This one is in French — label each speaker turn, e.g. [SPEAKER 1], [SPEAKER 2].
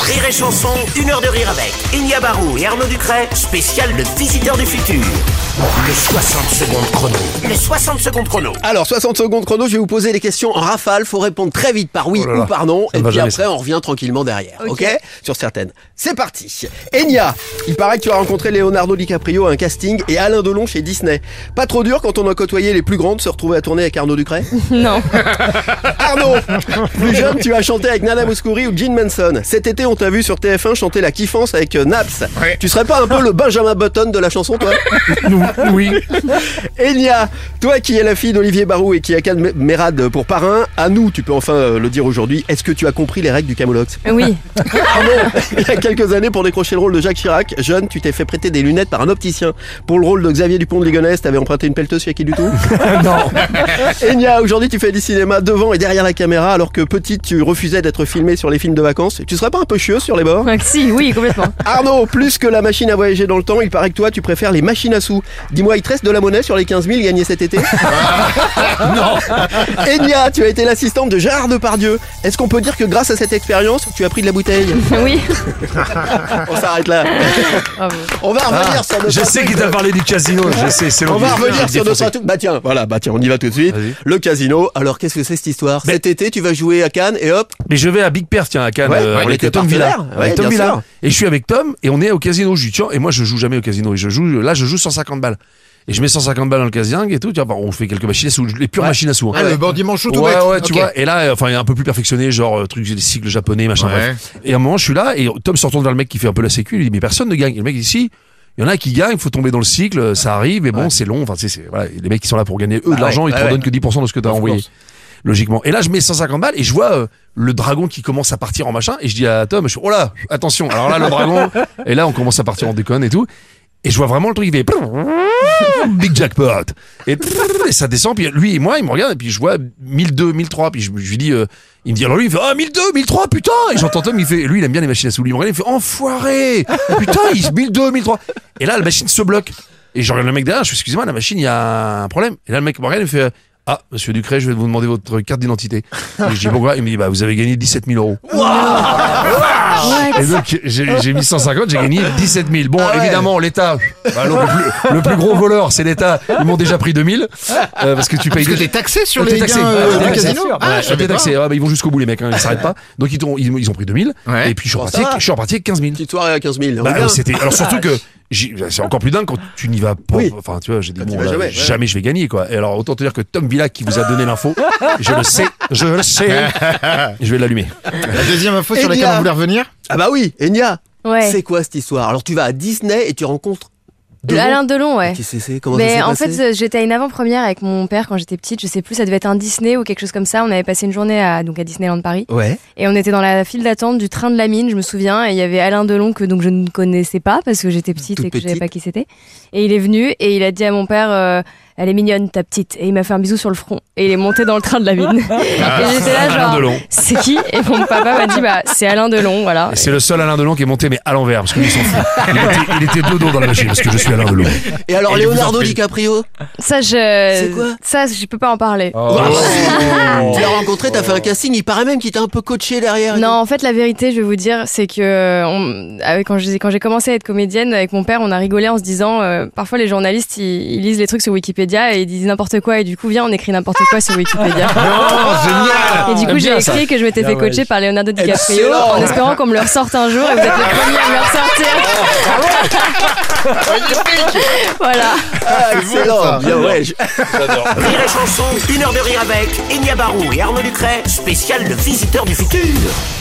[SPEAKER 1] Rire et Chanson, une heure de rire avec Igna Barou et Arnaud Ducret, spécial Le Visiteur du Futur. Le 60 secondes chrono. Le 60 secondes chrono.
[SPEAKER 2] Alors, 60 secondes chrono, je vais vous poser les questions en rafale. Faut répondre très vite par oui
[SPEAKER 3] Oh là là,
[SPEAKER 2] ou par non.
[SPEAKER 3] ça
[SPEAKER 2] Et
[SPEAKER 3] ne va
[SPEAKER 2] puis
[SPEAKER 3] jamais,
[SPEAKER 2] après, on revient tranquillement derrière. Ok, Sur certaines. C'est parti. Enya, il paraît que tu as rencontré Leonardo DiCaprio à un casting et Alain Delon chez Disney. Pas trop dur quand on a côtoyé les plus grands de se retrouver à tourner avec Arnaud Ducret
[SPEAKER 4] Non.
[SPEAKER 2] Arnaud Plus jeune, tu as chanté avec Nana Mouskouri ou Gene Manson. Cet été, on t'a vu sur TF1 chanter la kiffance avec euh, Naps.
[SPEAKER 3] Ouais.
[SPEAKER 2] Tu serais pas un peu le Benjamin Button de la chanson, toi
[SPEAKER 3] Oui.
[SPEAKER 2] Elia, toi qui es la fille d'Olivier Barou et qui a Can Mérad pour parrain, à nous, tu peux enfin euh, le dire aujourd'hui, est-ce que tu as compris les règles du Camolox
[SPEAKER 4] Oui.
[SPEAKER 2] Arnaud, il y a quelques années, pour décrocher le rôle de Jacques Chirac, jeune, tu t'es fait prêter des lunettes par un opticien. Pour le rôle de Xavier Dupont de Ligonnès, t'avais emprunté une pelleteuse chez qui du tout
[SPEAKER 3] non.
[SPEAKER 2] Enya, aujourd'hui tu fais du cinéma devant et derrière la caméra, alors que petite, tu refusais d'être filmé sur les films de vacances. Tu serais pas un peu chieux sur les bords
[SPEAKER 4] Maxi, oui, complètement.
[SPEAKER 2] Arnaud, plus que la machine à voyager dans le temps, il paraît que toi, tu préfères les machines à sous. Dis-moi, il te reste de la monnaie sur les 15 000 gagnés cet été Non Enya, tu as été l'assistante de Gérard Depardieu. Est-ce qu'on peut dire que grâce à cette expérience, tu as pris de la bouteille
[SPEAKER 4] Oui.
[SPEAKER 2] On s'arrête là.
[SPEAKER 4] Bravo.
[SPEAKER 2] On va revenir sur notre
[SPEAKER 3] Ah, Je sais qu'il t'a parlé du casino. Je sais, c'est
[SPEAKER 2] On va
[SPEAKER 3] l'objectif.
[SPEAKER 2] revenir sur
[SPEAKER 3] Défoncé.
[SPEAKER 2] notre tout. Bah tiens, voilà, bah tiens, on y va tout de suite.
[SPEAKER 3] Vas-y.
[SPEAKER 2] Le casino. Alors qu'est-ce que c'est cette histoire Cet été, tu vas jouer à Cannes et hop,
[SPEAKER 3] Mais je vais à Big Perth, tiens, à Cannes,
[SPEAKER 2] Ouais,
[SPEAKER 3] euh,
[SPEAKER 2] ouais,
[SPEAKER 3] avec
[SPEAKER 2] t'es
[SPEAKER 3] Tom
[SPEAKER 2] partenaire.
[SPEAKER 3] Villard.
[SPEAKER 2] Ouais,
[SPEAKER 3] avec Tom
[SPEAKER 2] bien
[SPEAKER 3] Villard.
[SPEAKER 2] sûr.
[SPEAKER 3] Et je suis avec Tom, et on est au casino. Je lui dis, tiens, et moi, je joue jamais au casino. Et je joue, là, je joue 150 balles. Et je mets 150 balles dans le casino et tout. Tu vois, bah, on fait quelques machines à sous, les pures machines à sous. hein.
[SPEAKER 5] Ah, le bandit manchot tout
[SPEAKER 3] ouais,
[SPEAKER 5] bête.
[SPEAKER 3] ouais, tu
[SPEAKER 5] Ok.
[SPEAKER 3] vois. Et là, euh, enfin, il est un peu plus perfectionné, genre euh, truc des cycles japonais, machin.
[SPEAKER 5] Ouais.
[SPEAKER 3] bref. Et à un moment, je suis là, et Tom se retourne vers le mec qui fait un peu la sécu. Il dit, mais personne ne gagne. Et le mec dit, si. Il y en a qui gagnent, il faut tomber dans le cycle, euh, ça arrive, mais bon, c'est long. Enfin, tu sais, c'est- voilà, et les mecs qui sont là pour gagner eux
[SPEAKER 5] Ah
[SPEAKER 3] de l'argent, ils te redonnent que 10% de ce que t'as envoyé. Logiquement. Et là, je mets 150 balles et je vois euh, le dragon qui commence à partir en machin. Et je dis à Tom, je fais, oh là, attention. Alors là, le dragon. et là, on commence à partir en déconne et tout. Et je vois vraiment le truc, il fait Big Jackpot. Et, et ça descend, puis lui et moi, il me regarde, et puis je vois 1002, 1003, puis je, je lui dis, euh, il me dit, alors lui, il fait, ah, 1002, 1003, putain! Et j'entends Tom, il fait, lui, il aime bien les machines à sous, lui, il me regarde, il fait, enfoiré! Putain, il se 1002, 1003. Et là, la machine se bloque. Et je regarde le mec derrière, je fais, excusez-moi, la machine, il y a un problème. Et là, le mec me regarde, il fait, ah, monsieur Ducret, je vais vous demander votre carte d'identité. Et je dis, pourquoi? Il me dit, bah, vous avez gagné 17 000 euros. Et donc, j'ai j'ai mis 150, j'ai gagné 17 000. Bon, évidemment, l'État, bah non, le, plus, le plus gros voleur, c'est l'État. Ils m'ont déjà pris 2000 euh, parce que tu payes
[SPEAKER 5] Parce que
[SPEAKER 3] déjà-
[SPEAKER 5] t'es taxé sur
[SPEAKER 3] T'es
[SPEAKER 5] les
[SPEAKER 3] taxé.
[SPEAKER 5] gains
[SPEAKER 3] Ah,
[SPEAKER 5] euh,
[SPEAKER 3] t'es
[SPEAKER 5] du
[SPEAKER 3] taxé.
[SPEAKER 5] casino.
[SPEAKER 3] Ouais,
[SPEAKER 5] Ah, je savais
[SPEAKER 3] t'es
[SPEAKER 5] pas.
[SPEAKER 3] taxé. Ah, bah, ils vont jusqu'au bout, les mecs, hein, ils s'arrêtent pas. Donc, ils ont, ils, ils ont pris 2000.
[SPEAKER 5] Ouais.
[SPEAKER 3] Et puis, je suis,
[SPEAKER 2] Bon,
[SPEAKER 3] reparti,
[SPEAKER 2] ça va.
[SPEAKER 3] je suis reparti avec 15 000.
[SPEAKER 2] petite soirée à 15 000. on
[SPEAKER 3] Bah,
[SPEAKER 2] revient.
[SPEAKER 3] euh, c'était alors surtout que j'y- c'est encore plus dingue quand tu n'y vas pas
[SPEAKER 2] Oui.
[SPEAKER 3] enfin tu vois j'ai dit
[SPEAKER 2] tu
[SPEAKER 3] bon
[SPEAKER 2] vas
[SPEAKER 3] là,
[SPEAKER 2] jamais, ouais.
[SPEAKER 3] jamais je vais gagner quoi et alors autant te dire que Tom Villa qui vous a donné l'info je le sais je le sais je vais l'allumer
[SPEAKER 5] La deuxième info sur
[SPEAKER 2] Et
[SPEAKER 5] laquelle
[SPEAKER 2] bien.
[SPEAKER 5] on voulait revenir.
[SPEAKER 2] Ah bah oui, Enya.
[SPEAKER 4] Ouais.
[SPEAKER 2] C'est quoi cette histoire Alors tu vas à Disney et tu rencontres
[SPEAKER 4] Le
[SPEAKER 2] Delon.
[SPEAKER 4] Euh, Alain Delon, ouais.
[SPEAKER 2] Qui c'est c'est Comment ça
[SPEAKER 4] Mais
[SPEAKER 2] s'est
[SPEAKER 4] en
[SPEAKER 2] passé
[SPEAKER 4] fait, euh, j'étais à une avant-première avec mon père quand j'étais petite. Je sais plus, ça devait être un Disney ou quelque chose comme ça. On avait passé une journée à, donc à Disneyland Paris.
[SPEAKER 2] ouais.
[SPEAKER 4] Et on était dans la file d'attente du train de la mine, je me souviens. Et il y avait Alain Delon que donc je ne connaissais pas parce que j'étais petite
[SPEAKER 2] Toute
[SPEAKER 4] et que je savais
[SPEAKER 2] petite.
[SPEAKER 4] pas qui c'était. Et il est venu et il a dit à mon père. euh, elle est mignonne, ta petite. Et il m'a fait un bisou sur le front. Et il est monté dans le train de la mine. et j'étais là,
[SPEAKER 3] Alain
[SPEAKER 4] genre,
[SPEAKER 3] Delon
[SPEAKER 4] c'est qui Et mon papa m'a dit, bah, c'est Alain Delon, voilà.
[SPEAKER 3] Et c'est le seul Alain Delon qui est monté, mais à l'envers, parce que lui, il s'en fout. Il était, il était dos dans la machine, parce que je suis Alain Delon.
[SPEAKER 2] Et alors
[SPEAKER 5] Et il vous
[SPEAKER 2] Leonardo
[SPEAKER 5] a pris.
[SPEAKER 2] DiCaprio
[SPEAKER 4] Ça, je.
[SPEAKER 2] C'est quoi Oh.
[SPEAKER 4] Ça, je peux pas en parler.
[SPEAKER 5] Oh.
[SPEAKER 2] Tu l'as rencontré, t'as fait un casting, il paraît même qu'il t'a un peu coaché derrière. et
[SPEAKER 4] Non, en fait, la vérité, je vais vous dire, c'est que euh, on- avec- quand j'ai quand j'ai commencé à être comédienne avec mon père, on a rigolé en se disant, euh, parfois les journalistes, ils, ils lisent les trucs sur Wikipédia et ils disent n'importe quoi et du coup, viens, on écrit n'importe quoi sur Wikipédia.
[SPEAKER 5] génial
[SPEAKER 4] et du coup,
[SPEAKER 3] J'aime
[SPEAKER 4] j'ai
[SPEAKER 3] Ah, bien ça.
[SPEAKER 4] écrit que je m'étais fait coacher par Leonardo DiCaprio
[SPEAKER 2] Excellent.
[SPEAKER 4] en espérant qu'on me le ressorte un jour et vous êtes le premier à me le ressortir. voilà.
[SPEAKER 2] tout. Ah, excellent. Bien, ouais, je-
[SPEAKER 1] Rire et Chanson, une heure de rire avec Igna Barou et Arnaud Ducret, spécial Le Visiteur du Futur.